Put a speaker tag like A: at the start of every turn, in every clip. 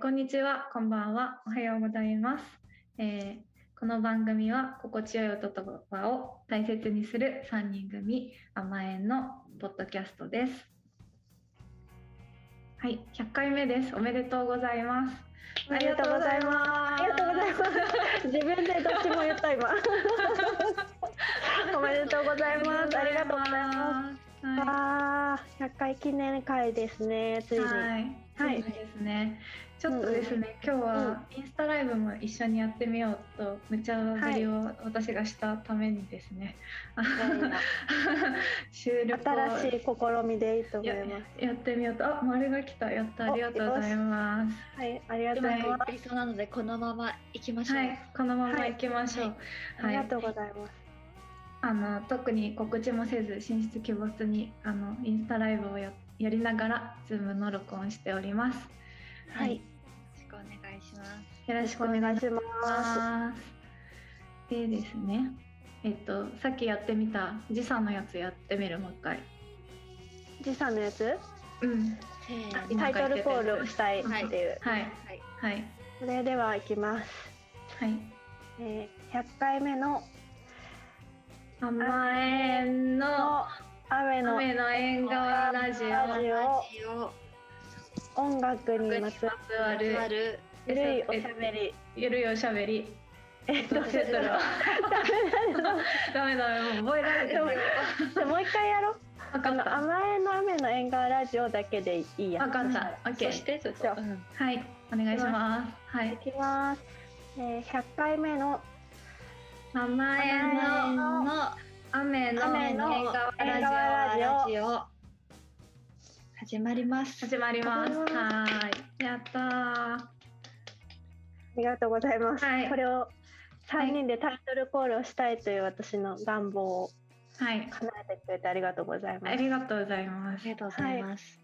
A: こんにちは、こんばんは、おはようございます。えーこの番組は心地よい音と和を大切にする3人組甘えんのポッドキャストです。はい、100回目です。おめでとうございます。
B: ありがとうございます。
A: あ。
B: ありがとうございます。自分でどっちも言った 今。おめでとうございます。ありがとうございます
A: はい
B: す。わあ、100回記念会ですね。ついに。
A: はい、
B: はい
A: そうですね。ちょっとですね、今日はインスタライブも一緒にやってみようと無茶ぶりを私がしたためにですね、 収録を
B: 新しい試みでいいと思
A: や
B: います。
A: やってみようと、あ、丸が来た、やった、あ
B: お
A: りがとうございます。
B: はい、ありがとうございま
C: 今理想なのでこのまま行きましょう。
A: はい、このまま行きましょう。
C: は
B: す。ありがとうございます。
A: あの特に告知もせず進出鬼没にあのインスタライブをややりながら Zoom の録音しております。
B: はい、よ
C: よろしくお願いします。
A: よろ
B: ろ
A: し
B: し
A: く
B: く
A: お
B: お
A: 願いします
B: 願いしま
A: ます。でですね、えっとさっきやってみた時差のやつやってみるもう一回。
B: す。じさんのやつ、
A: うん、
C: せーの。
B: タイトルコールをしたいっていう。
A: はい
C: はい。
A: はい
B: それでは行きます。
A: はい。
B: えー、100回目の
A: 甘えんの
B: の雨の
A: 雨の縁側ラジ
B: ラ
A: オ
B: ジ
C: ラジオ。
B: 音楽に
A: にま
B: ま
A: つ
B: つわ
A: わる
C: ある。
B: る緩いおしゃべり。
A: ゆるいおしゃべり。
B: えっと、
A: セ トラ。ダメダメもう覚えられて ない。
B: もう一回やろう。
A: わか
B: あ
A: っ
B: の
A: た。
B: 甘えの雨の縁側ラジオだけでいいや。
A: わかった。オッケ
C: そ
A: ー
C: し。てちょっ
B: じ
C: と。
B: ゃあ
C: うん
A: はいお願いします。はい
B: い。きます。えー、100回目の
A: 甘えんの
B: の
A: 雨の
B: 雨の
A: 縁側ラ
B: 縁
A: ジオ。
B: 側ラジ
C: オ。始まります。
A: 始まります。
B: 始ま
A: はーい。やったー。
B: ありがとうございます。
A: はい
B: これを3人でタイトルコールをしたいという私の願望を
A: はい。
B: 叶えてくれてありがとうございま
A: あ
B: す。
A: りがとうございま
C: あ
A: す
C: り。がとうございます。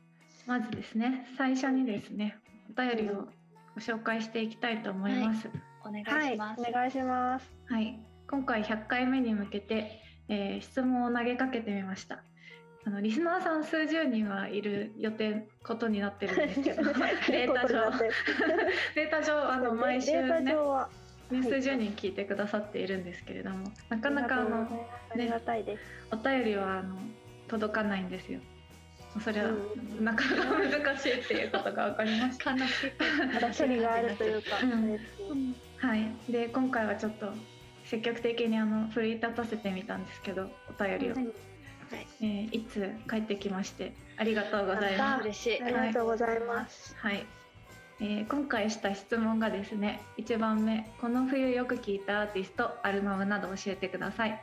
A: まずですね、最初にですね、お便りをご紹介していきたいと思います。
C: お願い
B: はい、
C: し
B: お
C: ます。
B: 願いします。
A: はい。今回100回目に向けて、えー質問を投げかけてみました。あのリスナーさん数十人はいる予定ことになってるんです けど データ上データ上あの毎週
B: データ
A: ね
B: 上は
A: ね数十人聞いてくださっているんですけれどもなかなかあの
B: ありがたい です。
A: お便りはあの届かないんですよ。それは
B: うん
A: なかなか難しいっていうことが分かりまし
C: 悲しい。
B: まだ距離があるというか、
A: うん
B: えー
A: た。はい。で今回はちょっと積極的にあの奮い立たせてみたんですけどお便りを、えーいつ帰ってきましてありがとうございま
B: あ
A: す。
C: 嬉しい。
B: ありがとうございます。
A: はい。えー今回した質問がですね1番目この冬よく聴いたアーティストアルバムなど教えてください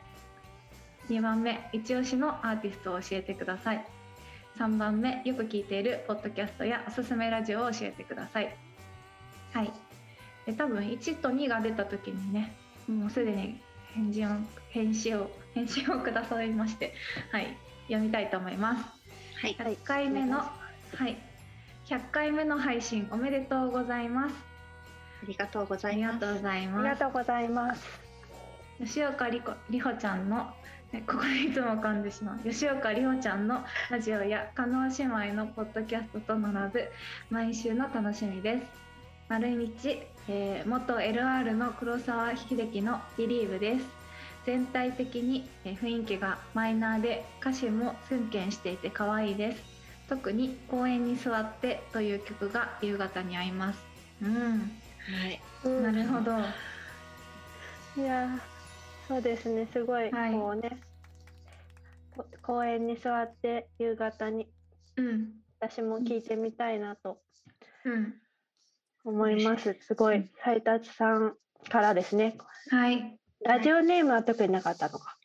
A: 2番目一押しのアーティストを教えてください3番目よく聴いているポッドキャストやおすすめラジオを教えてくださいはいで多分1と2が出た時にねもうすでに返事を返信を返信をくださいましてはい読みたいと思います
C: はい。
A: 100回目の、はい、100回目の配信おめでとうございます。
C: ありがとうござ
A: あ
C: い
A: りが
C: ます。
A: とうござい
B: あり
A: ま
B: が
A: す。
B: とうございます。
A: 吉岡里帆里帆ちゃんの、ねここでいつも噛んでしまう。吉岡里帆ちゃんのラジオや加納姉妹のポッドキャストと並ぶ毎週の楽しみです。丸い道、えー元 LR の黒沢秀樹のリリーブです。全体的にえー雰囲気がマイナーで歌詞も寸剣していて可愛いです。特に公園に座ってという曲が夕方に合います。うん、
C: はい。
B: うん
A: なるほど。
B: いやーそうですねすごい、
A: はい
B: こうねこ公園に座って夕方に
A: うん、
B: 私も聞いてみたいなと
A: うん、
B: 思いますすごい斉達さんからですね
A: はい、
B: ラジオネームは特になかったのか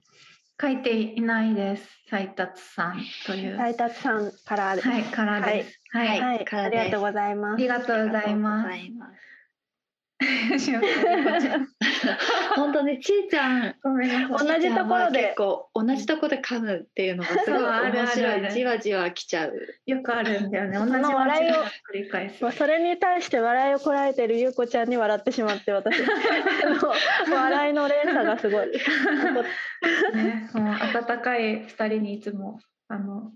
A: 書いていないです。斉達さんという。はい、
B: 斉達さんからです
A: からです。はい、
C: はい
B: はい、
C: から
B: あ
C: です
B: りがとうござい
A: あ
B: ます
A: りがとうございます。塩川里 帆ちゃん
C: 本当ね、ちいちゃん。
A: ごめんな さい。
B: 同じところで
C: 結構同じところで噛むっていうのがす
A: そ
C: ご
A: う
C: い
A: あるある
C: 面白
A: ある
C: い。じわじわ来ちゃう。
A: よくあるんだよね。同じ
B: その笑いを
A: 間違繰り返す
B: も。うそれに対して笑いをこらえてるゆうこちゃんに笑ってしまって私 もう笑いの連鎖がすごい
A: ね、もう温かい二人にいつもあの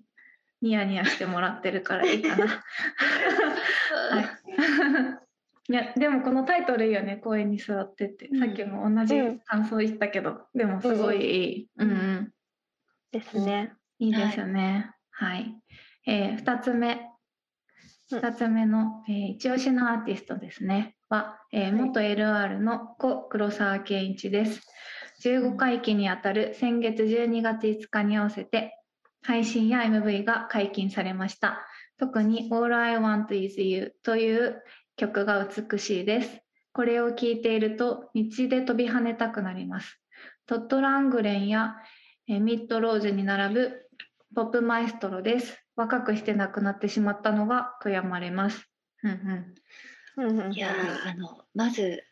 A: ニヤニヤしてもらってるからいいかな。はいいやでもこのタイトルいいよね公園に座ってって、
C: うん
A: さっきも同じ感想言ったけど、でもすごいいい、う
C: うんん
A: う
C: うん
A: ん、
B: ですね。
A: いいですよねはい、えー、2つ目
B: うん
A: 2つ目の、えー、一押しのアーティストですねは、えー元 LR の故黒沢健一です15回忌にあたる先月12月5日に合わせて配信や MV が解禁されました特に「All I Want Is You」という曲が美しいですこれを聴いていると道で飛び跳ねたくなりますトットラングレンやえーミッドローズに並ぶポップマエストロです若くして亡くなってしまったのが悔やまれますうんうん
B: うんうん
C: いやーあのまず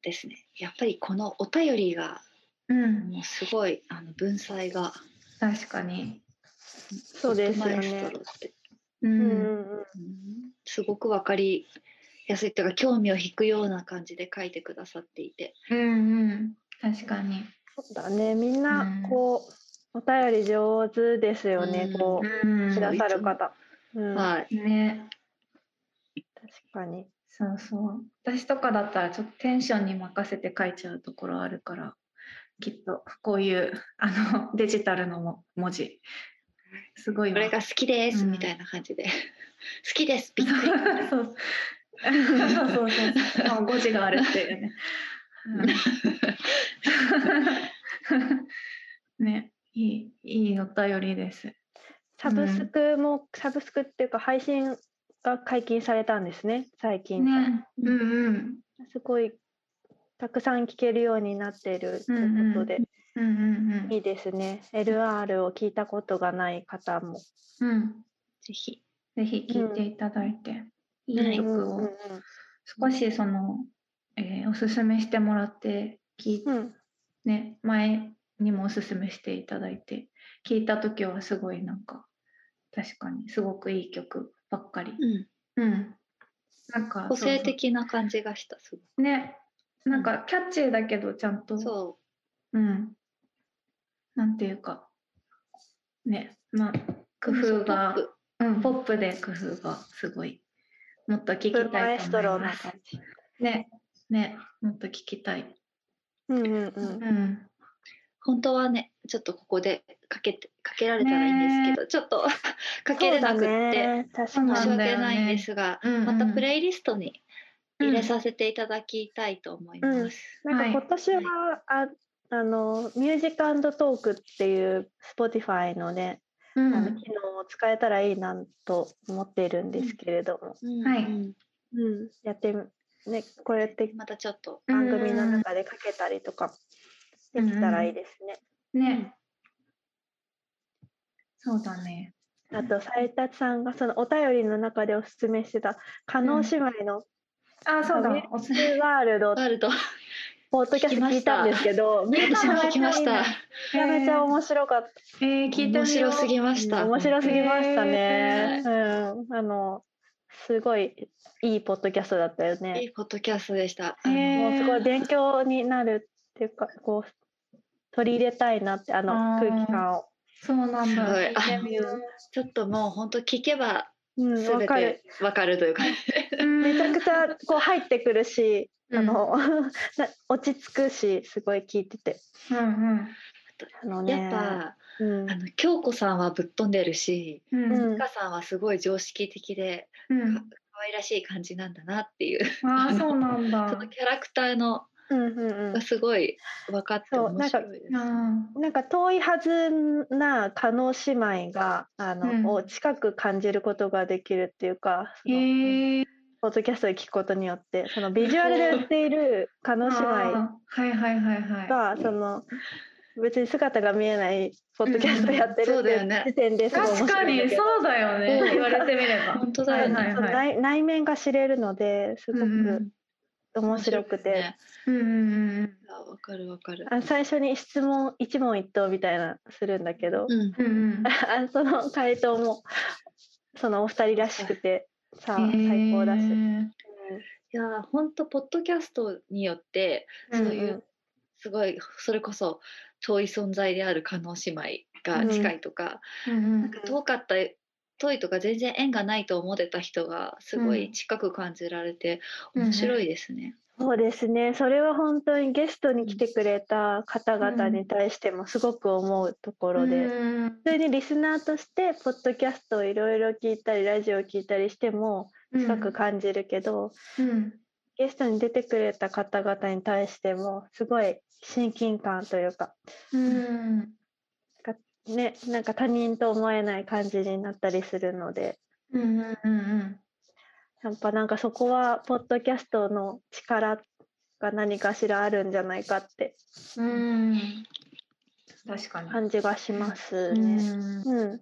C: ですねやっぱりこのお便りが
A: うん、
C: もうすごいあの文才が
A: 確かに。
B: そうですよね
C: マエストロって
A: う
B: うん
A: ん、
B: うんうん
C: うんすごくわかりやすいというか興味を引くような感じで書いてくださっていて、
A: うん、うん、確かに。
B: そうだね。みん
A: うん
B: なこう、お便り上手ですよね。
C: うん
B: こ
A: うん
B: う、くださる方。うん、確
C: はい
A: ね、
B: かに。
A: そうそう。私とかだったらちょっとテンションに任せて書いちゃうところあるから、きっとこういうあのデジタルのも文字すごい
C: こ
A: わ。
C: れが好きです
A: うん
C: みたいな感じで好きですび っくり
A: そう。そうそうそう。もう5時があるっていうね。うんね、いい、いいお便りです。
B: サブスクも、サブスクっていうか配信が解禁されたんですね最近、
A: ね、うんうん。
B: すごいたくさん聴けるようになっているということで、
A: うんうん
B: いいですね LR を聞いたことがない方も
A: うん。うん。
C: ぜひ
A: ぜひ聴いていただいて、いい曲
B: うんうん
A: を少しその、えーおすすめしてもらって、聞い
B: うん
A: ね、前にもおすすめしていただいて、聞いた時はすごいなんか、確かにすごくいい曲ばっかり。
C: うん
A: うん。なんか、
C: 個性
A: そう
C: 的な感じがした
A: そ
C: す
A: うね。なんかキャッチーだけどちゃん
C: ご
A: と
C: くそ
A: うん。なんていうか、ね、まあ、工
C: う
A: 夫が
C: ポッ、プ
A: うん、ポップで工夫がすごい。もっと聞きたい
B: ブルーマエス
A: と
B: ト
A: 思い
B: ロー
A: ま
B: な
A: す
B: 感。じ
A: ね、ね、もっと聞きたい。
B: うんうんうん
A: うん。
C: 本当はねちょっとここでかけてかけられたらいいんですけど、ちょっと かけれな
B: そ
C: くっ
B: うだ
C: て、
B: ね確か
A: そう
B: に
A: な
C: 申
A: んだ
C: し訳
A: よね
C: ないんですが、
A: うんうん
C: またプレイリストに入れさせていただきたいと思います。
B: うんなんか今年は、ああのミュージックトークっていう Spotify のね
A: うん。
B: あの機能を使えたらいいなと思っているんですけれども、
C: うん
A: はい
C: うん
B: うんやってみねこうやって
C: またちょっと、
A: うん
B: 番組の中でかけたりとかできたらいいですね。
A: ね。そうだね。
B: あと斉田さんがそのお便りの中でおすすめしてた加納姉妹の
A: あ、そうだ。おす
B: 「ーワールド」
C: ワールド、
B: ポッドキャスト聞いたんですけどめち
C: 私も聞きました。
B: ゃめちゃ面白かっ
A: えー、えー聞いてみよう
C: 面白すぎました。
B: た面白すぎました
A: へ
B: ね。うん、あのすごいいいポッドキャストだったよね。
C: いいポッドキャストでした。
A: へー
B: もうすごい勉強になるっていうかこう取り入れたいなってあの
A: あー
B: 空気感を、
A: そうなんだ。
C: すごい
A: 聞てみよう
C: ちょっともう本当聞けば
B: うん、
C: す
B: わ
C: べ
B: かる
C: てわかるというか、
A: うん
B: めちゃくちゃこう入ってくるし、
A: うん
B: あの な落ち着くしすごい聞いてて
A: うん
B: あの、ね、
C: やっぱ、
B: うん
C: あの京子さんはぶっ飛んでるし、
A: うん。うん
B: うん
C: 美香さんはすごい常識的で
A: うん。
C: 可愛らしい感じなんだなっていう、
A: ああ、そうなんだ。
C: そのキャラクターの
B: うんうん
C: がすごい分かって
B: そう
C: 面白いです。
A: うん
B: うん、なんか遠いはずな加納姉妹があの、
A: うん
B: を近く感じることができるっていうかその
A: へえ。
B: ポッドキャストで聞くことによってそのビジュアルでやっている加納姉妹
A: あーはいはいはいはい。
B: がその別に姿が見えないポッドキャストやってる
C: うんうんそ
B: ってい
C: うだよね
B: う時点ですごい面
A: 確か
B: 白いんだ
A: に
B: けど
A: そうだよね。
C: うん
A: 言われてみれば。
C: 本当だよね
A: はい
B: そ
A: は
B: の
A: いはい。
B: 内内面が知れるのですご
A: うんう
B: く
A: ん
B: 面白くて、
C: 面白いですね
A: うんうん
C: あわかるわかる。
B: あ最初に質問一問一答みたいなするんだけど、
C: うん
A: うん。うん
B: あその回答もそのお二人らしくてさ
A: う
B: あ
A: ん。
B: 最高だし、
A: へ
B: うん
A: ー
C: いやーほんとポッドキャストによってそうい
B: うん
C: うすごいそれこそ遠い存在である加納姉妹が近いとか、
A: うんうん
C: なんか遠かったトイとか全然縁がないと思ってた人がすごい近く感じられて
A: うん
C: 面白いですね。
B: そうですね。それは本当にゲストに来てくれた方々に対してもすごく思うところで、
A: うん
B: 普通にリスナーとしてポッドキャストをいろいろ聞いたりラジオを聞いたりしても深く感じるけど、
A: うん
B: ゲストに出てくれた方々に対してもすごい親近感というか
A: うん
B: ねなんか他人と思えない感じになったりするので
A: うんうんうん
B: やっぱなんかそこはポッドキャストの力が何かしらあるんじゃないかって
A: うんうん確かに。
B: 感じがします
A: う
B: ね。
A: ん
B: うん、うん、うん。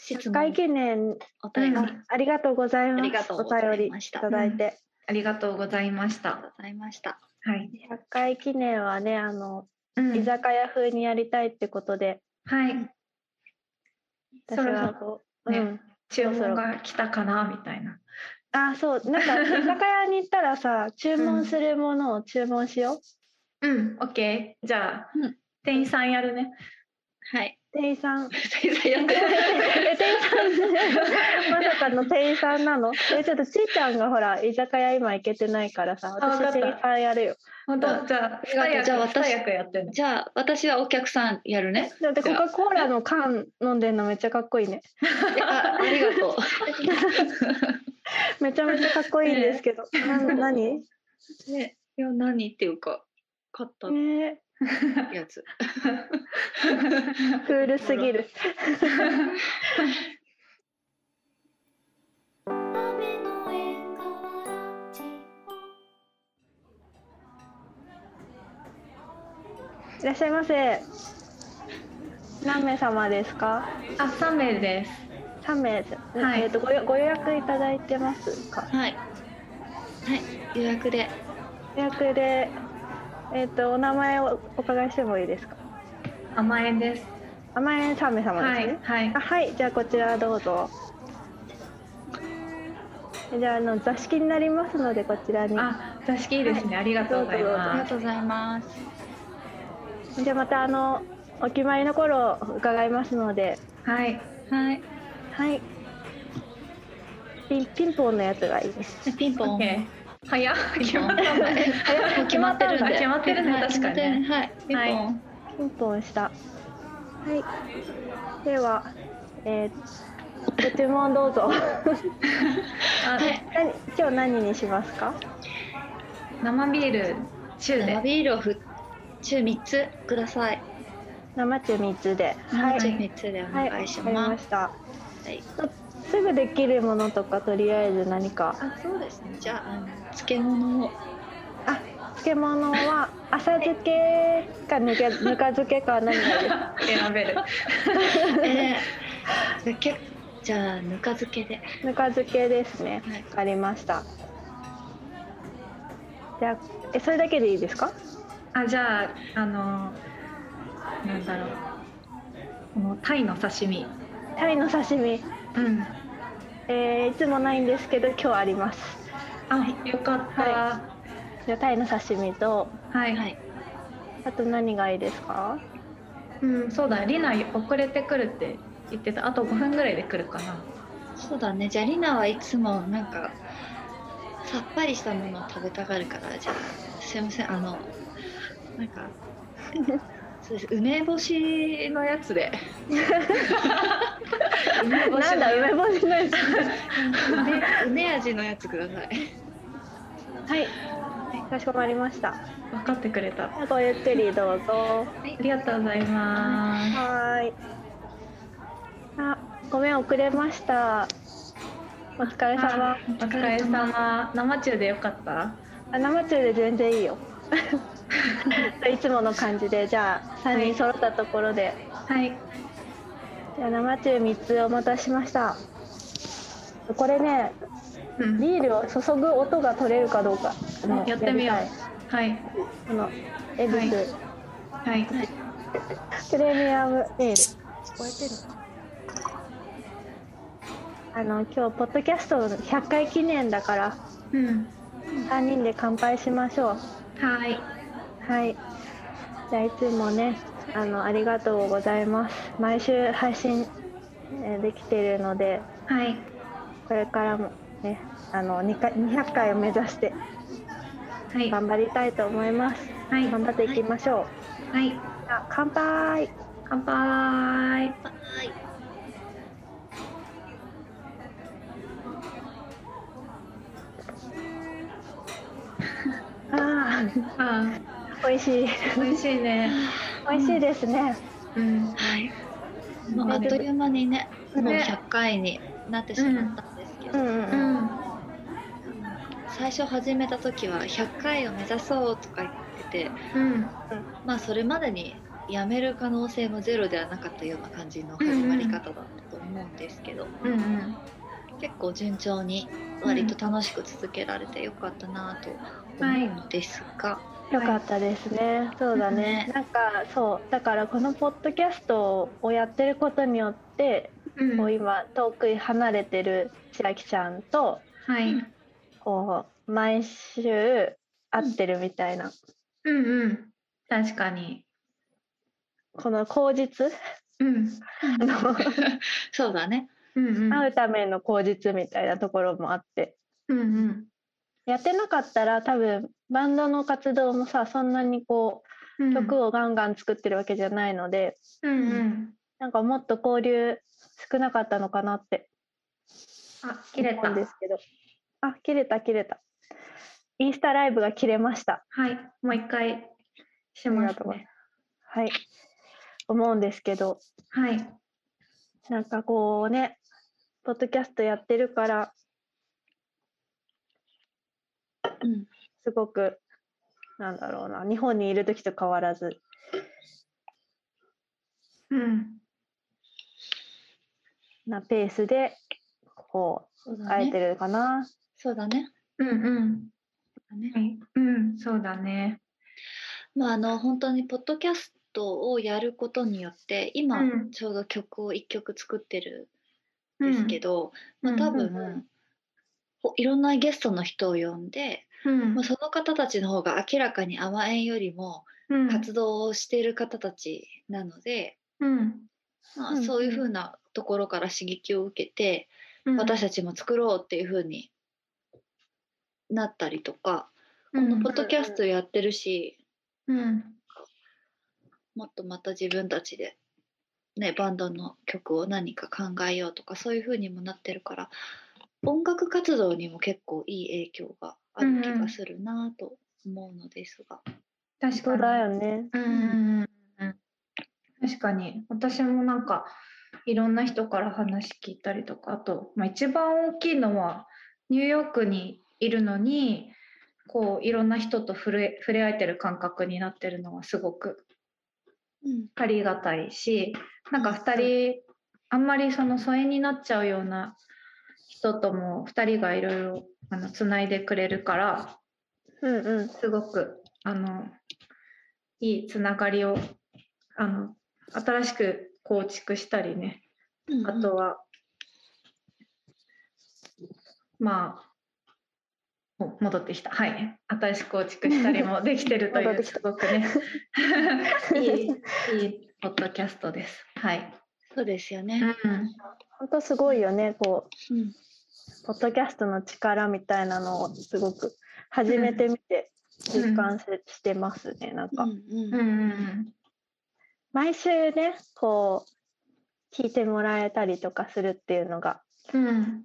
C: 質
B: 100
C: 問
B: 回記念
C: お便
A: う
C: りあ
A: ん
C: り
B: ありがとうございます。
C: ありがとうござい
B: お便り
C: ま
B: い
C: した
B: ただいて。
A: ありがとうございまし
C: がと
A: た。
C: うございました。
A: はい。
B: 100回記念はね、あの、
A: うん
B: 居酒屋風にやりたいってことで、
A: はい。そ
B: 私
A: ろ
B: は
A: そ
B: こう、
A: ろね
B: うん。
A: 注文が来たかなみたいな。
B: あ、そう、なんか居酒屋に行ったら さ、注文するものを注文しよう。
A: うん、オッケー。じゃあ、
C: うん
A: 店員さんやるね。
C: はい。
B: 店 員さん。
C: やって
B: え店員さんまさかの店員さんなのえちょっとちいちゃんがほら居酒屋今行けてないからさ
A: あわかっ
B: 私
A: た
B: 店員さんやるよ
A: 本当、じゃあ、二
C: じゃあ
A: 役、
C: 私
A: 二役やってね。
C: じゃあ私はお客さんやるね。
B: だって
C: じ
B: コ
C: ゃあ
B: カ・コーラの缶飲んでんのめっちゃかっこいいね
C: あありがとう。
B: めちゃめちゃかっこいいんです けど。な何？
C: ね、いや何っていうか買った
B: ね
C: やつ。
B: クールす ぎる。いらっしゃいませ。何名様ですか？
A: あ、三名です。
B: 三名です。
A: はい
B: えっ、とご予ご予約いただいてますか？
C: はい。はい予約で。
B: 予約でえっ、とお名前をお伺いしてもいいですか？
A: 甘えんです。
B: 名前三名様で
A: は
B: すね
A: い。。はい
B: あ。はいじゃあこちらどうぞ。じゃああの座敷になりますのでこちらに。
A: あ、座敷いいですね。ありがとうござい
C: ありが
A: ま
C: とうございます。
B: じゃあまたあのお決まりの頃伺いますので、
A: す。はい。
C: はい。
B: はい。ピンピンポンのやつがいいです。
C: ピンポ
A: オッ
C: ン。
A: ケー。早っ。決まったんだね。
C: もう決まってるんで。
A: 決まってるね
C: はい
A: 確かにね
C: 決まってるねはい。
B: ピンポンした。はい。では、えー、ご注文どう ぞ。
A: あ
C: ピンポン。はい。
B: 何今日何にしますか？
A: 生ビール、中
C: 生
A: で。
C: ビールをふ中三つください。
B: 生中三つで。は
C: 生中
B: い。
C: 三つでお
B: はい。わか
C: 願いし
B: りま
C: ま
B: した。
C: す。はい。
B: すぐできるものとかとりあえず何か。
C: あ、そうですね。じゃああの漬物を。
B: あ、漬物は浅漬けかぬかぬか漬けか何がいいですか？
A: 選べる。
C: えー、じゃあけじゃあぬか漬けで。
B: ぬか漬けですね。
C: はい
B: わかりました。じゃあ、え、それだけでいいですか。
A: あ、じゃあ、あのーなんだろう。このタイの刺身。
B: タイの刺身、
A: うん。
B: えーいつもないんですけど、今日あります。
A: あ、よかった。
B: はじゃあ、タイの刺身と、
A: はい。
C: はい。
B: あと何がいいですか。
A: うん、そうだ、リナ遅れてくるって言ってた。あと5分ぐらいで来るかな。
C: そうだね。じゃあリナはいつもなんかさっぱりしたものを食べたがるから、じゃあすいませんあのなんかそうです梅干しのやつで。梅干
B: な
C: し
B: ん
C: の
B: だ、
C: や
B: 梅干しの やつ。
C: つ梅梅味のやつください。
B: はい。かしこまりました。
A: 分かってくれた。あ
B: ごゆっくりどうぞ。
A: りがとうございます。
B: はーい。あ、ごめん、遅れました。お疲れ様
A: あ。お疲れ様。生中でよかった。
B: あ生中で全然 いいよいつもの感じでじゃあ3人揃ったところで、
A: はい。
B: じゃあ生中3つお待たせしましたこれね
A: うん。
B: ビールを注ぐ音が取れるかどうかね
A: やってみよう
B: や
A: は
B: り
A: い。
B: たいこのエビス、
A: はい。
B: プレミアムビール聞こえてるあの今日ポッドキャスト100回記念だから
A: うん。
B: 3人で乾杯しましょう
A: はい。
B: はい。じゃあいつもね、あのありがとうございます。毎週配信えーできているので
A: はい
B: これからもねあの2回200回を目指して
A: はい
B: 頑張りたいと思います。
A: はい
B: 頑張っていきましょう。
A: はい
B: じゃあ乾杯。
A: 乾杯
C: はい
B: あ
A: あ
B: あ、美味しい。
A: ー美味しいね
B: 美味しいですね。
A: うん
C: はい、まあ、あっという間にねもう100回になってしまったんですけ
B: う
C: ど、
B: んうん
A: う
B: うん。
A: ん
C: 最初始めた時は100回を目指そうとか言ってて
A: うん
C: まあそれまでにやめる可能性もゼロではなかったような感じの始まり方だったと思うんですけど、
A: うんうん
C: 結構順調に割と楽しく続けられてよかったなと思うのですが、
B: よかったですね。そうだね
C: ね。
B: なんかそうだからこのポッドキャストをやってることによって、
A: うん
B: こう今遠く離れてる千秋ちゃんと
A: はい
B: こう毎週会ってるみたいな、
A: うんうん確かに
B: この口実、
A: うん
B: あの
C: そうだね
A: うんうん
B: 会うための口実みたいなところもあって。
A: うんうん
B: やってなかったら多分バンドの活動もさそんなにこ
A: う
B: うん曲をガンガン作ってるわけじゃないので、
A: うんうん
B: なんかもっと交流少なかったのかなって
A: あ切れ
B: 思
A: た
B: うんですけどあ切れた切れたインスタライブが切れました
A: はいもう一回します
B: ありがとうござ
A: ね
B: はい思うんですけど
A: はい
B: なんかこうねポッドキャストやってるから
C: うん
B: すごくなんだろうな日本にいる時と変わらず
A: うん
B: なペースでこ
C: そう
B: う
C: だ
B: 会えて
C: ね
B: るかな、
C: そうだね
A: うんうん
C: そうだね
A: はいうんそうだね
C: まああの本当にポッドキャストをやることによって今
A: うん
C: ちょうど曲を1曲作ってる
A: うんん
C: ですけど、
A: うん
C: まあ多
B: うんう
C: 分、ほいろんなゲストの人を呼んで、
A: うん
C: まあ、その方たちの方が明らかに甘えんよりも
A: うん
C: 活動をしている方たちなので、
A: うん
C: ま
B: う
C: あ、
B: ん
C: そういうふうなところから刺激を受けて、
A: うん
C: 私たちも作ろうっていうふうになったりとか、
A: うん
C: このポッドキャストやってるし、
A: うん
C: もっとまた自分たちで、ね、バンドの曲を何か考えようとかそういう風にもなってるから音楽活動にも結構いい影響がある気
A: うんう
C: が
A: ん
C: するなぁと思うのですが、
A: 確か
B: そう
A: に
B: だよね
A: うんうんうんうん確かに私もなんかいろんな人から話聞いたりとかあと、まあ、一番大きいのはニューヨークにいるのにこういろんな人と触れ触れ合えてる感覚になってるのはすごく
C: うん
A: ありがたいしなんか2人あんまりその疎遠になっちゃうような人とも2人がいろいろあのつないでくれるから
B: うんうん
A: すごくあのいいつながりをあの新しく構築したりね
C: うん
A: あとは、まあお戻ってきたはい新しく構築したりもできてると い
B: 戻って
A: う
B: き
A: すごくねいいいいポッドキャストですはい、
C: そうですよ
A: う
C: ね、
A: ん、
B: 本当すごいよねこう
C: うん
B: ポッドキャストの力みたいなのをすごく初めて見て実感せしてますねなん
C: う
B: か
C: んうん
A: うんうん
B: 毎週ねこう聞いてもらえたりとかするっていうのが
A: うんうん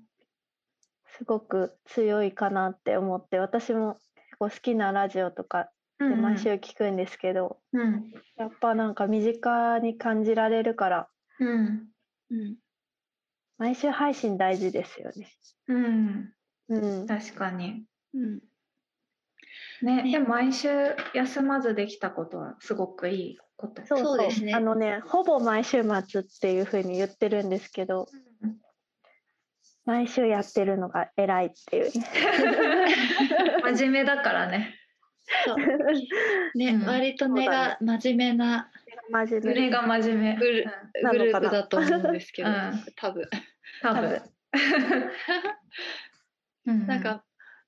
B: すごく強いかなって思って私も結構好きなラジオとか
A: う
B: で
A: ん
B: 毎週聞くんですけど、
A: うん
B: やっぱなんか身近に感じられるから
A: うん
C: うん
B: 毎週配信大事ですよね。
A: うん
B: うん、
A: 確かに
C: うん
A: ね、
C: ね
A: でも毎週休まずできたことはすごくいいこと。
B: そうそう
C: そうですね
B: あのねほぼ毎週末っていうふうに言ってるんですけど毎週やってるのが偉いっ ていうね。
A: 真面目だからね。
C: そうね、
A: うん
C: 割と根
B: そうだね
C: が真面目な
B: 真面目
A: グレが真面目。
C: グル
B: な
C: グル
B: のかな
C: ープだと思うんですけど、
A: うん
C: 多分
A: 多
B: 多
A: 分
B: 分。
A: うう
C: なん、か、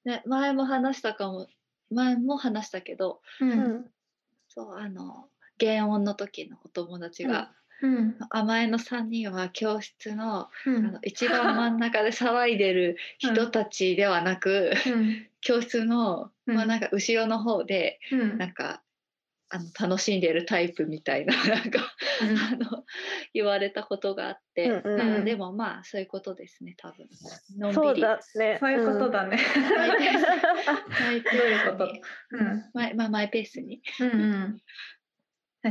C: ね、前も話したかも前も話したけど
A: う
B: うんん
C: そうあの原音の時のお友達が、
A: うん
C: 甘えの3人は教室の
A: う
C: あ
A: ん
C: の一番真ん中で騒いでる人たちではなく、
A: うん
C: 教室の、
A: うん
C: まあ、なんか後ろの方で
A: うん
C: なんかあの楽しんでるタイプみたいななんかあの言われたことがあって、
B: うんうん
C: まあでもまあそういうことですね多分の
B: そ
C: ん
B: う
C: びり
B: だね。
A: そういうこと
B: ん。
A: だね。
C: マイペースマイペースに
A: どういうことうん
C: マイまあマイペースに
A: うんうん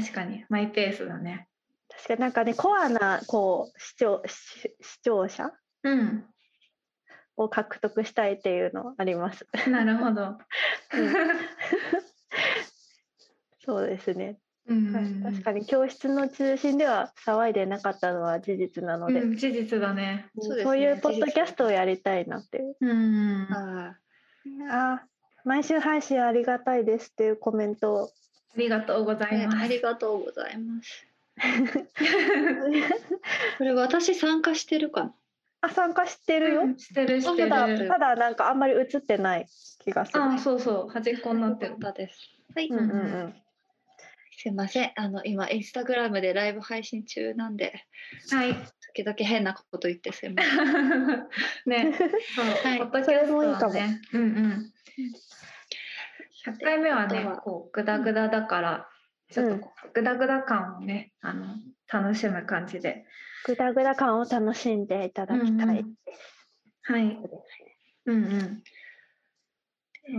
A: 確かにマイペースだね。
B: 確かになんかね、コアな、こう、視聴、視視聴者
A: うん。
B: を獲得したいっていうのあります。
A: なるほど。
B: そうですね。
A: うん
B: 確確かに教室の中心では騒いでなかったのは事実なので、
A: うん、事実だね。
C: そうですね
B: そういうポッドキャストをやりたいなっていう。
A: うん。あ
C: あ
B: あ毎週配信ありがたいですっていうコメントを
A: りがとうござ
C: ー、
A: い
C: ね
A: ま
C: あ
A: す。
C: りがとうございますこれ私参加してるかな
B: あ参加してるよ、
A: うんしてるして
B: た
A: る。
B: だ
C: うん
B: ただなんかあんまり映ってない気がする。
A: あ、そうそう、端っこになって
C: よ
A: る
C: か。ったですはい、
B: うんうんうん、
C: すいませんあの今インスタグラムでライブ配信中なんで
A: はい。
C: 時々変なこと言ってすいません
A: ね、そう、
C: はい
A: ポッドキャスト はね
B: そ
A: う
B: れもい
A: んうん。100回目は
C: あ
A: ね
C: とは、
A: こうグダグダだから、ちょっとこうグダグダ感をね、あの楽しむ感じで。
B: グダグダ感を楽しんでいただきたい。
A: うんうんはい。うんうん。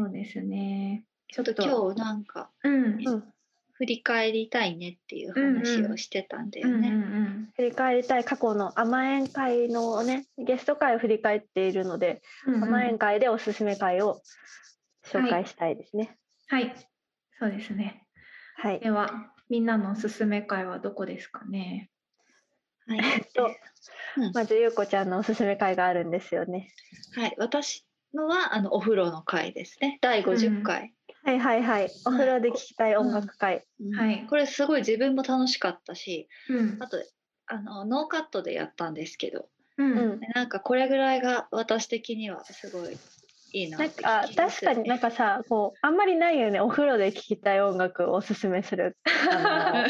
A: そうですね。
C: ちょっと今日なんか
A: うん。
B: うん
C: 振り返りたいねっていう話をしてたんだよね、
A: うんうん
B: 振り返りたい過去の甘えん会のねゲスト会を振り返っているので、
A: うんうん
B: 甘えん会でおすすめ会を紹介したいですね。
A: はい。そうですね。
B: はい、
A: では、みんなのおすすめ会はどこですかね。
C: はい、
B: と
C: うん
B: まずゆうこちゃんのおすすめ会があるんですよね。
C: はい、私のはあのお風呂の回ですね。第50回。
B: はいはいはい。お風呂で聞きたい音楽会。
C: うん
A: はい
C: これすごい自分も楽しかったし、
A: うん
C: あとあのノーカットでやったんですけど、
A: う。
B: うんん。
C: なんかこれぐらいが私的にはすごいいいな
B: なん
C: って気が
B: か確
C: する
B: かになんかさこうあんまりないよねお風呂で聞きたい音楽をおすすめするあ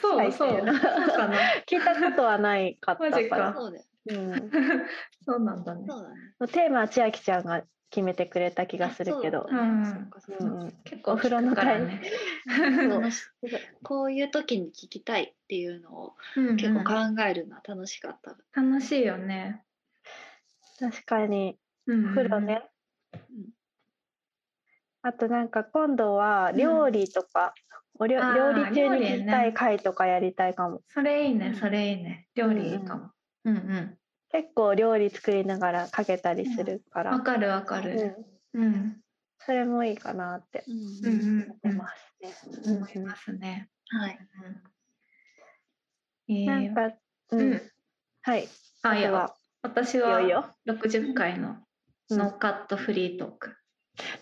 A: そうそう。そ
B: はいう
A: かな。
B: の聞いたことはないかった
A: マジ
B: か
A: か
B: ら、
C: そうだよ。
B: うん、
A: そうなんだね。
C: そうだね。
B: テーマは千秋ちゃんが決めてくれた気がするけど
C: そうだね
A: うん
C: そうかそう
B: う
C: か
B: んうん
A: 結構
B: お風呂の会
A: 聞く
C: そ
A: か
C: う
A: らね。
C: こういう時に聞きたいっていうのを
A: うん
C: 結構考えるのは楽しかった。
A: 楽しいよね。
B: 確かに
A: うん
B: お風呂ね、
C: うん
B: あとなんか今度は料理とか、おりょ
A: あー
B: 料理中
A: 料
B: に
A: 理ね
B: 聞きたい回とかやりたいかも、
A: それいいうね
C: ん、
A: それいいね。料理いいかも。うんうん。
B: 結構料理作りながらかけたりするから、
A: わかるわか
B: う
A: る。
B: ん
A: うん。
B: それもいいかなって
C: うん
A: うんうんう
B: 思い
A: ん
B: ま。すね、
A: 思いますね。
C: はい。
A: うんえ
B: なん
A: ー
B: か、うん
A: うん。
B: はい
A: あ、
B: あ
A: い
B: と
A: や
B: は、
A: 私
B: いよ
A: はい
B: よ
A: 60回の
B: うん
A: ノーカットフリートーク。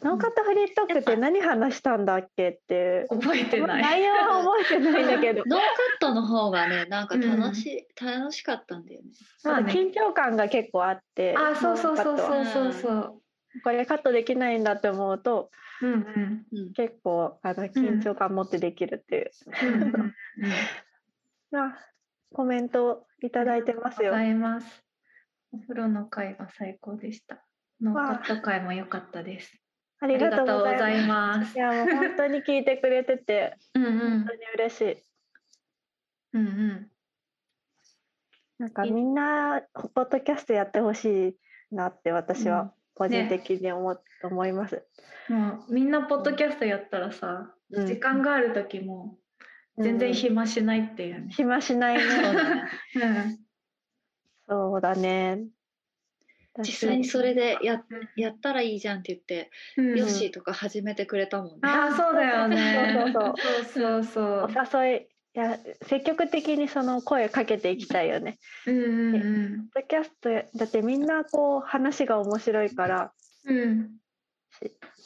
B: ノーカットフリートークって何話したんだっけっていう
A: 覚えてない。
B: 内容は覚えてないん だけど
C: ノーカットの方がね、なんか楽し,、楽しかったんだよね。
A: まあ
B: なんか
A: ね。
B: 緊張感が結構あって
A: あ、そうそうそう
B: ノーカット
A: そ
B: は
A: うそうそう。
B: これカットできないんだって思うと
A: うんうん
C: うん、
B: 結構あの緊張感持ってできるっていう、
A: うん うんうん。
B: あコメントいただいてますよ
A: ございます。お風呂の会が最高でした。ノーカット会も良かったです。
B: あ
A: あ
B: り
A: り
B: が
A: が
B: と
A: と
B: う
A: う
B: ご
A: ご
B: ざ
A: ざ
B: い
A: い
B: ま
A: ますす
B: い。やもう本当に聞いてくれてて
A: うんう
B: 本
A: ん
B: 当に嬉しい
A: うんうん。
B: なんかみんなポッドキャストやってほしいなって私は個人的に思,、思います。
A: もうみんなポッドキャストやったらさ、
B: うん
A: 時間がある時も全然
B: うん
A: 暇しないっていうね。
B: 暇しない
C: そう
B: ね。
C: だね。
A: うん
B: そうだね。
C: 実際にそれでや
A: うん
C: やったらいいじゃんって言って、
A: うん
C: ヨッシーとか始めてくれたもんね。
A: ああそうだよね。
B: そう
A: そうそうそう。
B: お誘いいや積極的にその声かけていきたいよね。
A: うんうん
B: ポッドキャストやだってみんなこう話が面白いから
A: うん。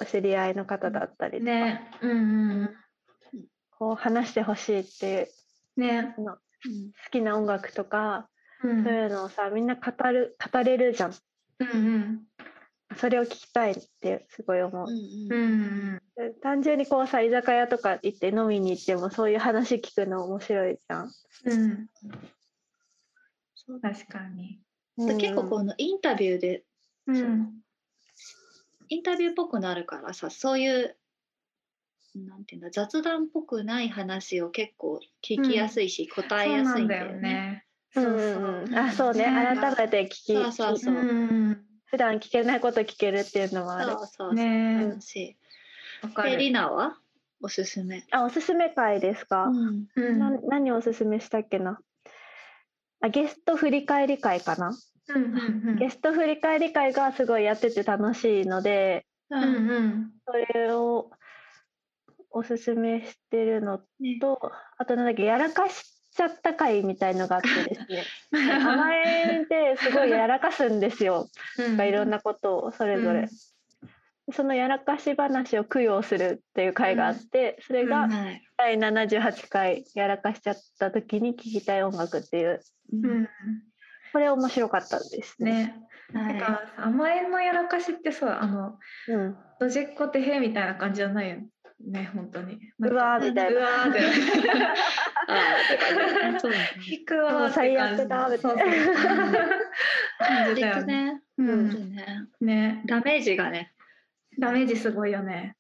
B: お知り合いの方だったり
A: うん。
B: とか、
A: ね。うんうん
B: こう話してほしいっていう
A: うん。ね。
C: うん
B: 好きな音楽とか、
A: うん
B: そういうのをさみんな語る語れるじゃん。
A: うんうん。
B: それを聞きたいってすごい思う
C: う。ん
A: う
C: うん
A: ん
B: 単純にこうさ居酒屋とか行って飲みに行ってもそういう話聞くの面白いじゃん。
A: うん確かに
C: で結構このインタビューで
A: うん
C: インタビューっぽくなるからさそういうなんていうんだ雑談っぽくない話を結構聞きやすいし、答え
A: そう
C: や
A: な
C: すい
A: ん
C: ん
A: だ
C: だ
A: よ
C: よね。
A: ね
B: う
A: そ
B: ん
A: うそう
B: うんうんあそうね
A: ね
B: 改めて聞き
C: そうそう
B: 聞
C: そう
A: うん
B: 普段聞けないこと聞けるっていうのもある
C: そうそうそう。
A: ね
C: 楽し
A: わか
C: いで
A: る
C: リナはおすすめ。
B: あおすすめ会ですか、
C: ん、
A: うん
B: な何おすすめしたっけなあゲスト振り返り会かな、
A: うんうんうん
B: ゲスト振り返り会がすごいやってて楽しいので
C: う
A: うんうん
B: それをおすすめしてるの
C: ね
B: とあとなんだっけやらかしちゃった会みたいのがあってで すね甘えんですごいやらかすんですよ
A: うん
B: いろんなことをそれぞれ、そのやらかし話を供養するっていう会があって、それ
A: う
B: が
C: はい。
B: 第78回やらかしちゃった時に聴きたい音楽っていう
A: うんうん
B: これ面白かったですね。
A: ねなん
C: は
A: か甘えんのやらかしってさあの
B: うん、
A: ドジっ子てへみたいな感じじゃないよね本当に
B: うわ
A: なんか
B: ーみたいうな
A: わーで
C: い。あーって感じ。そうだね。
A: 引くわーって
B: 最
A: 感じ
B: 悪だみたいな
A: 感じだよ
C: 結局
A: ね
C: ね。
A: う
C: 本当
A: ん
C: にね。
A: ね
C: ダメージがね。
A: ダメージすごいよね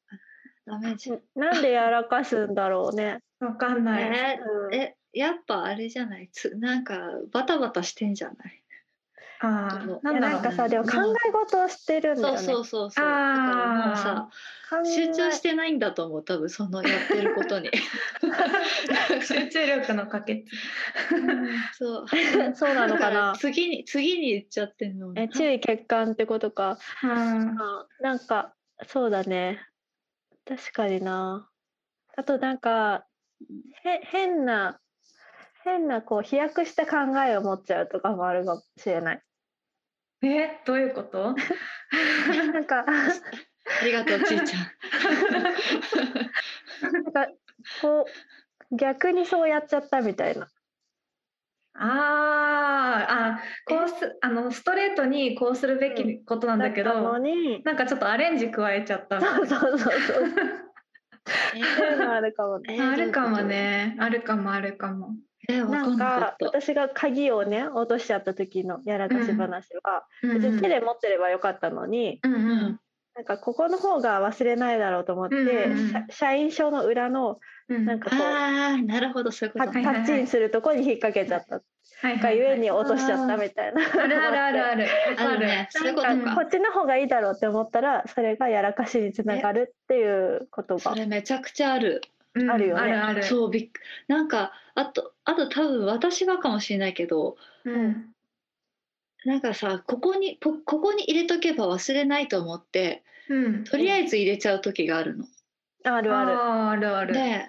C: ダメージ。
B: なんでやらかすんだろうね。
A: わかんない、
C: え
B: うん
C: えやっぱあれじゃないつなんかバタバタしてんじゃない
A: あ
C: そう
A: あない
B: や
A: んだろう
B: な
A: んね
B: かさでも考え事をしてるんだ
C: そ
B: よ
C: う
B: ね。
C: そうそうそうだからもう
A: あ
C: さ
B: 考え
C: 集中してないんだと思う多分そのやってること に
A: あ 集中力のかけ
C: そう
B: そうなの
C: だ
B: か
C: か
B: な
C: ら。次に次に行っちゃってんの
B: え注意欠陥ってことか。
A: うん
B: なんかそうだね確かになあとなんかへ変な変なこう飛躍した考えを持っちゃうとかもあるかもし れない
A: えどういうこと
B: なんか
C: ありがとうちいちゃん
B: なんかこう逆にそうやっちゃったみたいな
A: あーあこうすあのストレートにこうするべ
B: う
A: きことなんだけ
B: だったの
A: ど
B: に
A: なんかちょっとアレンジ加えちゃったみたいな
B: そうそうそうそうそういうのあるかも
C: え
B: ね
C: ー
A: あるかもね。あるかもあるかも。
C: えわ
B: な
C: かん
B: ん
C: なか
B: か
C: った
B: 私が鍵をね落としちゃった時のやらかし話は、
A: うんう
B: 別に手
A: ん
B: で持ってればよかったのに、
A: うんう
C: うん
A: ん
B: なんかここの方が忘れないだろうと思って、
A: うんうんうん
B: 社社員証の裏の
A: うん
B: なんかこう、
C: あーなるほどそういうこ
B: パ
C: と
B: パ
A: はい
C: ね
A: はい
B: ッチンするとこに引っ掛けちゃった
A: はい
B: が
A: はい
B: ゆ
A: は
B: えに
A: い。
B: 落としちゃったみたいな。
A: あるあるある
B: あ
A: ある。わ
C: あ
A: か
C: る
A: る。
C: ねそういうこと
A: なん
B: こ
C: か
B: っちの方がいいだろうって思ったらそれがやらかしにつながるっていうこと
C: そ
B: が。
C: れめちゃくちゃある
A: うん
B: あるよね
A: あるある。
C: そうびっくなんかあとあと多分私がかもしれないけど
A: うん。
C: なんかさここにこここに入れとけば忘れないと思って
A: うん。
C: とりあ
A: え
C: えず入れちゃう時があるの。
B: あるある。
A: あるある。
C: で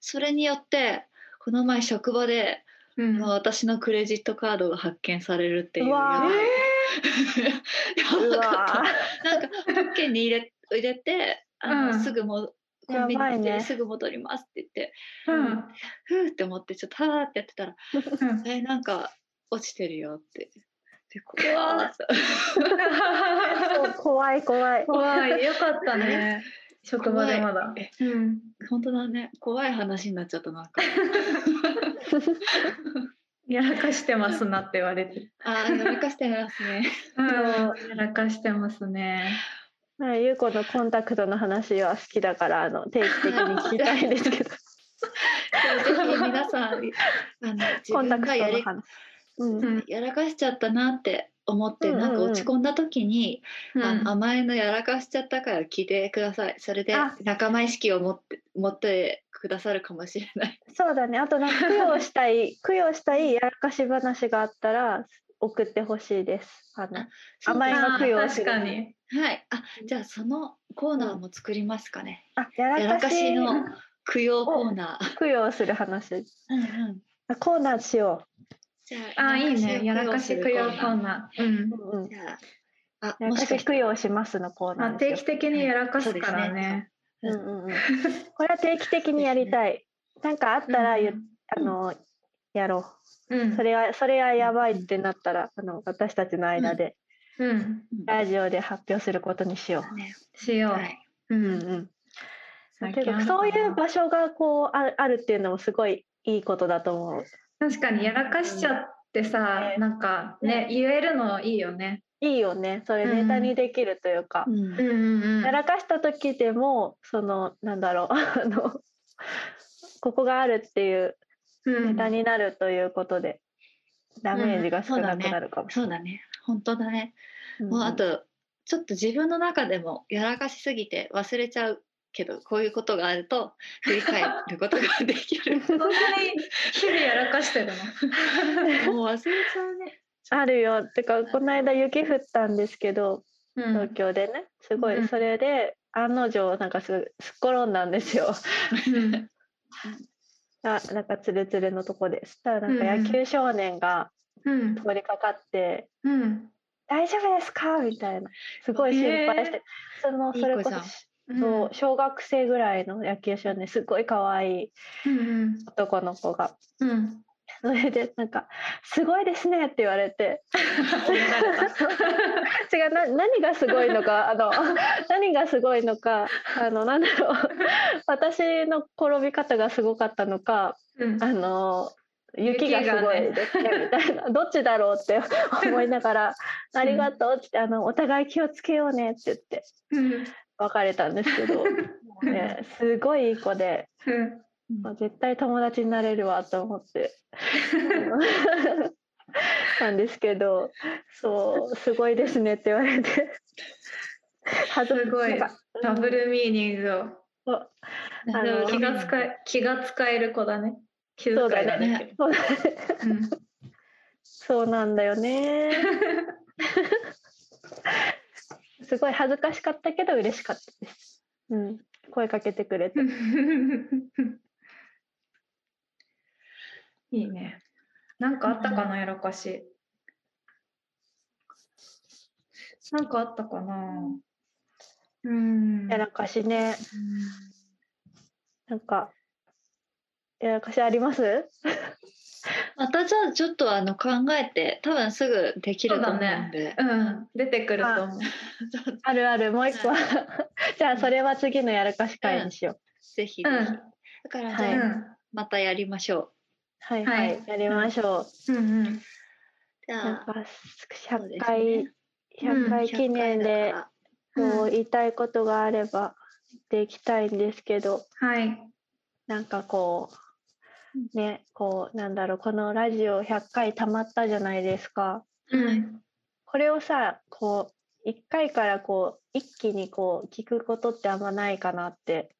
C: それによってこの前職場で、
A: うん。
C: まあ私のクレジットカードが発見されるっていう
B: うわー
C: やばい
B: う
C: やばか
B: わ
C: ったなんかポッケに入れ入れてあの、
A: うん
C: すぐもコンビニ
B: やばい
C: 行って
B: ね
C: すぐ戻りますって言って、
A: うん。
C: ふーって思ってちょっとはーってやってたら
A: うん
C: 「えなんか落ちてるよ」って。でここは
B: ー怖い怖い。
A: 怖い。よかったね。職場でまだ。
C: 怖い
A: うん。
C: 本当だね怖い話になっちゃったなんか
A: やらかしてますなって言われて。
C: あーやらかしてますね
A: うん。や
B: う
A: らかしてますね。
B: まあゆうこのコンタクトの話は好きだからあの定期的に聞きたいんですけど。
C: でもぜひ皆さんあの自
B: コンタ
C: 分
B: ク
C: が
B: ト
C: や
B: の
C: れ
B: 話。うん
A: うん。
C: やらかしちゃったなって思って、
B: うんうんうん
C: なんか落ち込んだ時に、
A: うん
C: あの甘えのやらかしちゃったから聞いてくださいそれで
B: あ
C: 仲間意識を持って持ってくださるかもしれない
B: そうだね。あとなんか供養したい供養したいやらかし話があったら送ってほしいです。あの 甘え
C: そう
B: が供養す
A: 確
B: る
A: かに。
C: かはいあじゃあそのコーナーも作りますかね、
B: あや
C: や
B: ら
C: ら
B: か
C: か
B: し
C: し
B: の
C: の供養コーナー
B: 供養する話。
C: うんうん
B: あコーナーしよ
C: じゃ
A: あーいいね。やらかし供養コー
C: ー
A: ナー。うん
B: う。。うんうん
C: じゃああ
B: やら
C: も
B: か
C: しか
B: し
C: して
B: 供養しますのコー
A: まあ、
B: ナーで
A: 定期
B: すよ。
A: 的にやらかすから
C: はい
A: ね。
B: うんうんうん。これは定期的にやりたい。なんかあったらゆ、あのやろ
A: う
B: う。
A: ん、
B: それはそれはやばいってなったらあの私たちの間で
A: うん
B: ラジオで発表することにしよ
C: ね
A: しよう、
C: はい、
B: う。うんんうん。
A: 最
B: け
A: 近あ
B: ど
A: るかな
B: そういう場所がこうああるっていうのもすごいいいことだと思う。
A: 確かにやらかしちゃってさ、
B: ね
A: なんかね言えるのいいよね
B: いいよね。それ
A: うん
B: ネタにできるというか。
C: うん
A: うんうん
B: やらかした時でもそのなんだろう あのここがあるっていう
A: うん
B: ネタになるということで、ダメージが少なくなるかもし
C: そうだね本当だね、
B: れない。
C: もうあとちょっと自分の中でもやらかしすぎて忘れちゃうけどこういうことがあると振り返ることができる
A: 本当に日々やらかしてるの
C: もう忘れちゃうね
B: あるよてかこの間雪降ったんですけど
A: うん
B: 東京でねすご
A: う
B: い
A: ん
B: それで案の定なんかすすっ転んだんですよ
A: うん
B: あなんかつるつるのとこでそしたらなんか
A: うんうん
B: 野球少年が
A: うん
B: 通りかかって
A: うん
B: 「大丈夫ですか?」みたいなすごい心配して、
A: え
B: その
C: いい
B: それ
C: 子
B: こ
C: じゃん
B: そそう小学生ぐらいの野球少年すっごい可愛い
A: うん
B: 男の子が
A: うんうん
B: それでなんか「すごいですね」って言われて
A: 褒められた
B: 違うな何がすごいの かあの何がすごいのかあのなんだろう私の転び方がすごかったのか
A: うん
B: あの雪がすごい
A: 雪
B: ですねみたいなどっちだろうって思いな がら「ありがとう」ってあの「お互い気をつけようね」って言って
A: うん
B: 別れたんです けど、ね、すごいいい子で。
A: うん
B: あ絶対友達になれるわと思ってなんですけどそうすごいですねって言われて恥ず
A: すごい
B: なんか
A: ダブルミーニングを
B: そう
C: あ
B: あ
A: で
B: の
A: も気が使え気が使える子だね気遣いだね
B: そう
A: うん
B: そうなんだよねすごい恥ずかしかったけど嬉しかったです、うん、声かけてくれて
A: いいね。なんかあったかな、やらかし。なんかあったかな。うん。
B: やらかしねなんかやらかしあります
C: またじゃあちょっとあの考えて多分すぐできると思うんで、
A: うん、出てくると思う。
B: あるあるもう一個は じゃあそれは次のやらかし会にしよう
C: ぜひぜひ、
A: うん
C: だからじ
B: は
C: ゃ
B: い
C: あ
A: うん
C: またやりましょう、
B: はいはい、
A: はい
B: やりましょう。
A: うんうん。
C: じゃ
B: なん
C: あ
B: か
C: そう
B: 100
C: ですね
B: 回、
A: うん
B: 100回記念で
C: 100
A: うん
B: こう言いたいことがあれば言っていきたいんですけど、
A: はい。
B: なんかこうねこうなんだろうこのラジオ100回たまったじゃないですか。
A: うん。
B: これをさこう1回からこう一気にこう聞くことってあんまないかなって。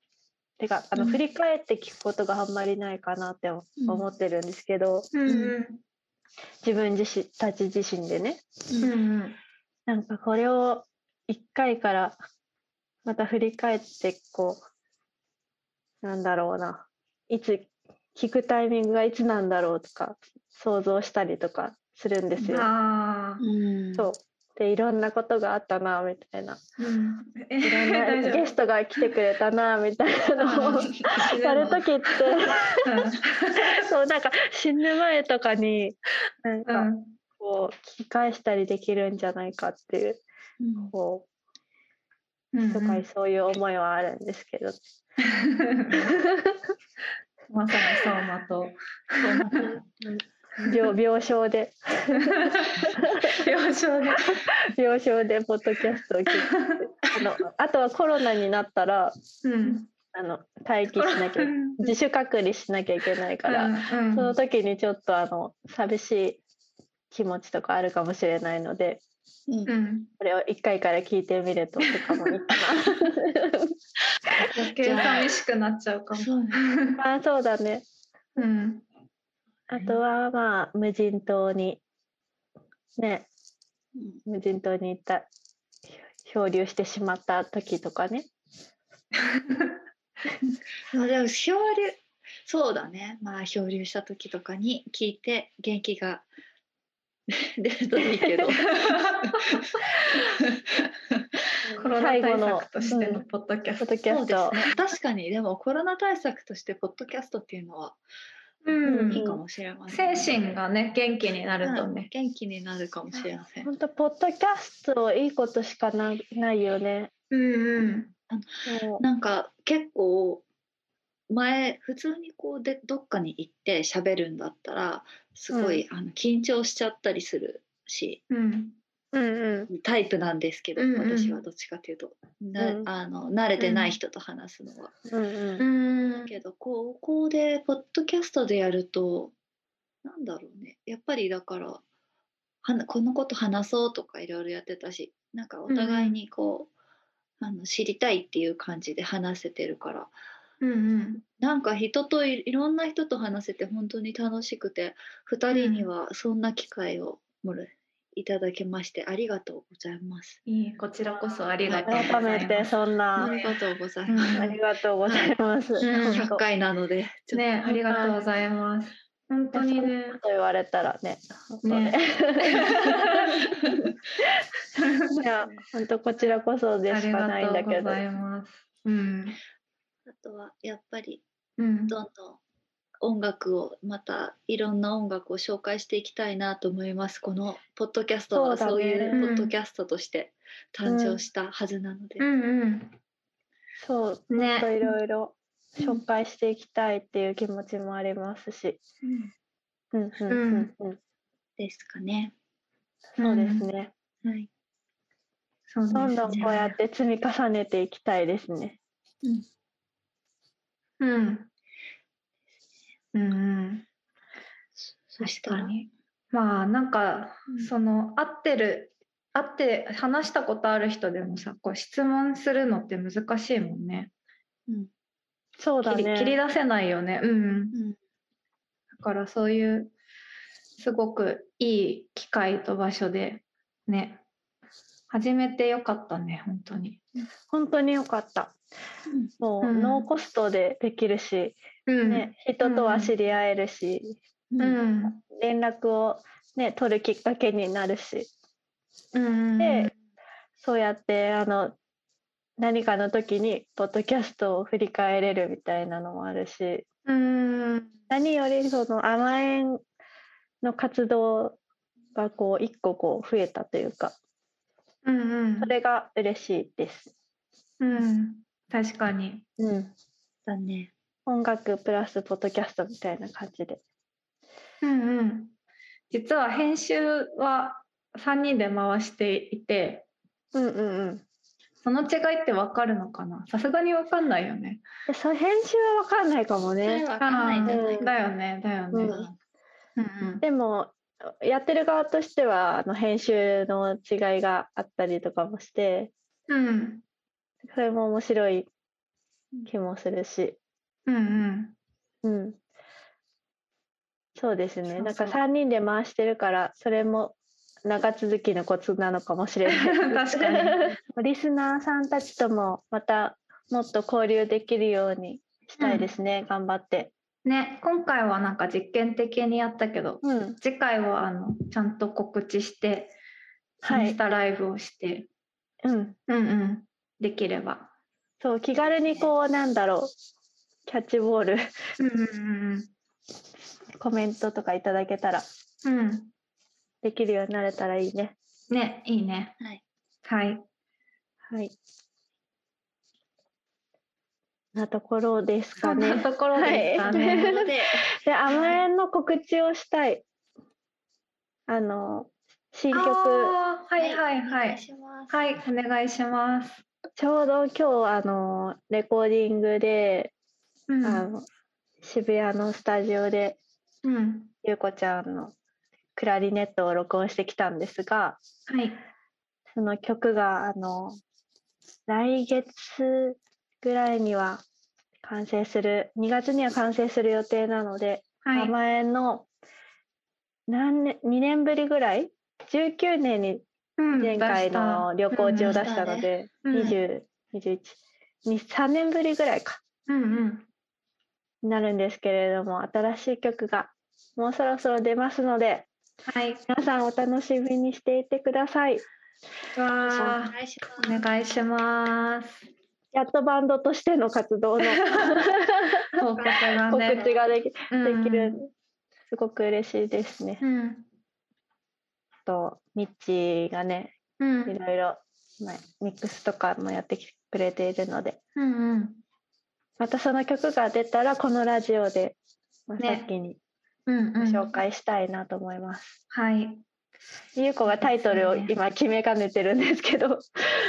B: てかあの
C: うん
B: 振り返って聞くことがあんまりないかなって
C: ん
B: 思ってるんですけど、
A: うんうん。
B: 自分自身たち自身でね、
A: うん
C: うん
A: うん。
B: なんかこれを一回からまた振り返ってこうなんだろうないつ聞くタイミングがいつなんだろうとか想像したりとかするんですよ。
A: ああ。
C: うん
B: そうでいろんなことがあったなみたいな
A: うん。え
B: いろん な
A: 大丈夫
B: ゲストが来てくれたなみたいなのを
A: 死ぬ
B: やる
A: の
B: 時ってそうなんか死ぬ前とかにな
A: う
B: ん
A: んう
B: か
A: ん。
B: こう聞き返したりできるんじゃないかっていう
C: うん
B: こう
A: うんうん
B: とかそういう思いはあるんですけど、
A: まさに相馬と
B: 病病床で
A: 病床で。
B: 病床でポッドキャストを聞いて あのあとはコロナになったら
A: うん。
B: あの待機し なきゃ自主隔離しなきゃいけないから、
A: うんうん
B: その時にちょっとあの寂しい気持ちとかあるかもしれないので
C: うん
A: うん。
B: これを1回から聞いてみるととかもいいか
A: 余計寂しくなっちゃうかも。
C: そうね
B: な あーそうだね
A: うん。
B: あとはまあ無人島にね
C: うん
B: 無人島に行った漂流してしまった時とかね
C: まあでも漂流そうだねまあ漂流した時とかに聞いて元気が 出るとい いけど
A: コロナ対策として
B: 最後
A: の
B: の
A: ポッドキャ
B: ポ
A: ス
B: ッド
A: ト。
B: キャ
C: そ
B: ス
C: うです
B: ト、
C: ね確かにでもコロナ対策としてポッドキャストっていうのは
A: うん
C: いいかもしれません、
A: 精神がね元気になると
C: うん
A: ね、
C: 元気になるかもしれません。
B: 本当ポッドキャストいいことしかなないよね。
A: うんうん
B: も
C: なんか結構前普通にこうでどっかに行って喋るんだったらすごい、あの緊張しちゃったりするし
A: うん
B: ううんうん
C: タイプなんですけど、
A: うんうん
C: 私はどっちかというと、な
B: うん
C: あの慣れてない人と話すのは。
B: うん
A: う
B: うん
A: ん
C: けどこうこうでポッドキャストでやるとなんだろうねやっぱりだからはなこのこと話そうとかいろいろやってたしなんかお互いにこう、あの知りたいっていう感じで話せてるから
A: うんうん
C: なんか人といいろんな人と話せて本当に楽しくて2人にはそんな機会をもらいただけましてありがとうございます。
A: いいこちらこそありがとうござい
B: 改
A: ます
B: めてそん
C: あ
B: な
C: りがとうござい
A: うん
C: ます。
B: ありがとうございます。
A: うん
B: 本
C: 100
B: 当
C: 回なのでちょっと
A: ねありがとうございます本当にね
B: と言われたらね。本当
A: ね
B: いや本当こちらこそで
A: あ
B: し
A: り
B: かないん
A: が
B: だ
A: とう
B: け
A: ご
B: ど。
A: ざいますうん
C: あとはやっぱり
A: うん
C: どんどん音楽をまたいろんな音楽を紹介していきたいなと思いますこのポッドキャストは
B: そ
C: そうう
B: だね
C: いうポ
A: うん
C: ッドキャストとして誕生したはずなので、
A: うん
B: そう
A: うん
B: ちょっと
A: ね
B: いろいろ
C: うん
B: 紹介していきたいっていう気持ちもありますし。
C: うん
B: うんうんうんうん。
C: ですかね。
B: そうです
A: ん
B: ね。
C: はい、
A: そうですね
B: どんどんこうやって積み重ねていきたいですね。
A: うんうんうん
C: そした
A: 確からにまあなんか、
C: うん
A: その合ってる合って話したことある人でもさこう質問するのって難しいもんね
C: うん
B: そうだ
A: 切り切り
B: ね。
A: 出せないよねうん
C: うん
A: だからそういうすごくいい機会と場所でね始めてよかったね本当に
B: 本当に良かった。
C: うん
B: もう、
A: うん
B: ノーコストでできるし、
A: うん、
B: ね、人とは知り合えるし、
A: う
C: うん
A: ん
B: 連絡を、ね、取るきっかけになるし
A: うん
B: でそうやってあの何かの時にポッドキャストを振り返れるみたいなのもあるし
A: うん
B: 何よりその甘えんの活動がこう一個こう増えたというか
A: うんうん
B: それが嬉しいです。
A: うん確かに
B: うん、
C: だね。
B: 音楽プラスポッドキャストみたいな感じで。
A: うんうん、実は編集は3人で回していて
B: うんうんうん、
A: その違いってわかるのかなさすがにわかんないよね。
B: でそう編集は分かんないかも
C: そ
B: ね
C: れ。わかんないんじゃないかな
A: だよねだよね。
B: うん
A: うん
B: でもやってる側としてはあの編集の違いがあったりとかもして
A: うんうん
B: それも面白い気もするし、
A: うんうん
B: うん、そうですね
A: そうそう
B: なんか3人で回してるからそれも長続きのコツなのかもし れな い
A: 確かに
B: リスナーさんたちともまたもっと交流できるようにしたいですね、頑張って、
A: ね今回はなんか実験的にやったけど
B: うん、
A: 次回はあのちゃんと告知して
B: はい
A: インスタライブをして、
B: うん、
A: うんうんできれば。
B: そう気軽にこうなんだろうキャッチボール
A: うんうん
B: コメントとかいただけたら
A: うんうん
B: できるようになれたらいいね。
A: ねいいね。
C: はい
A: はい
B: はい。なところです
A: そ
B: か
A: んな
B: ね。
A: ところですかね。
C: なので、
B: で、甘えんの告知をしたい。あの、新曲、
A: あーはいはい
C: お
A: は
C: 願い
A: い。
C: します。
A: はい、お願いします。
B: ちょうど今日、あの、レコーディングで、
A: うん
B: あの、渋谷のスタジオで、
A: うん、
B: ゆうこちゃんのクラリネットを録音してきたんですが、
A: はい、
B: その曲が、あの、来月ぐらいには完成する、2月には完成する予定なので、
A: はい、
B: 名前の何年2年ぶりぐらい19年に
A: うん
B: 前回の旅行中を出したので、
A: うん出した
B: 20、21、3年ぶりぐらいか
A: うんうん、
B: になるんですけれども、新しい曲がもうそろそろ出ますので、
A: はい、
B: 皆さんお楽しみにしていてください。
A: わ
C: お
A: あ、
C: 願いします。
A: お願いします。
B: やっとバンドとしての 活動の
A: 報告がね
B: 告知ができ,、
A: うん
B: できるすごく嬉しいですね。
A: うん
B: あとミッチーがね
A: うん
B: いろいろ、まあ、ミックスとかもやってきてくれているので
A: うんうん
B: またその曲が出たらこのラジオで真っ
A: ね
B: 先に
A: うん
B: ご
A: うん
B: 紹介したいなと思います。
A: はい
B: ゆうこがタイトルを今決めかねてるんですけど、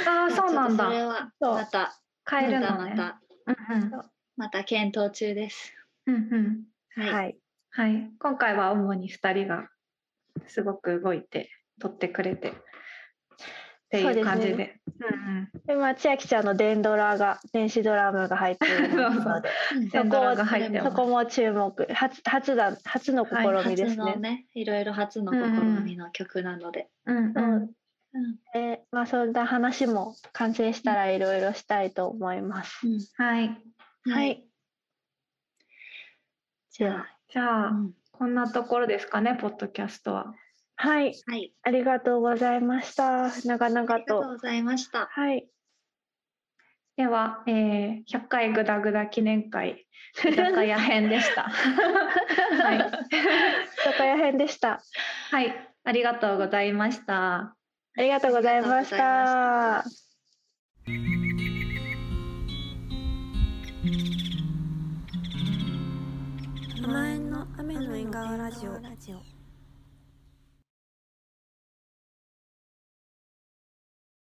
A: ああそうなんだ
C: ちょっとそれは
B: そう
C: また
A: 変える
C: また
A: の
C: ま
A: ね
C: た
A: うん
C: また検討中です。
A: うんうんうん
C: はい。
B: はい、
A: はい今回は主に2人がすごく動いて撮ってくれてって
B: そう
A: い
B: で
A: う
B: すね
A: 感じで
B: でまあ千秋ちゃんの電ドラが電子ドラムが入ってい るので
C: うん
A: 電ドラが入って
B: そ
A: ます
B: こも注目初初だ初の試みですね。
C: 初のね、いろいろ初の試みの曲なので。
A: うんうんうんうん
C: うん
B: でまあそんな話も完成したらいろいろしたいと思います。
A: はい
B: はい。
C: じゃ
A: じゃ
C: あ、
A: あこんなところですかねポッドキャストは
B: はい
C: はい。
B: ありがとうございました。長
C: あ
B: 々
C: りがとう
B: と。
C: ございました。
B: はい。
A: では、えー、100回ぐだぐだ記念会居酒屋編で した。はい、
B: 高屋編でした。
A: はい、ありがとうございました。
B: ありがとうございまし
C: あ
B: た。
D: 甘えんの雨の縁側ラジオ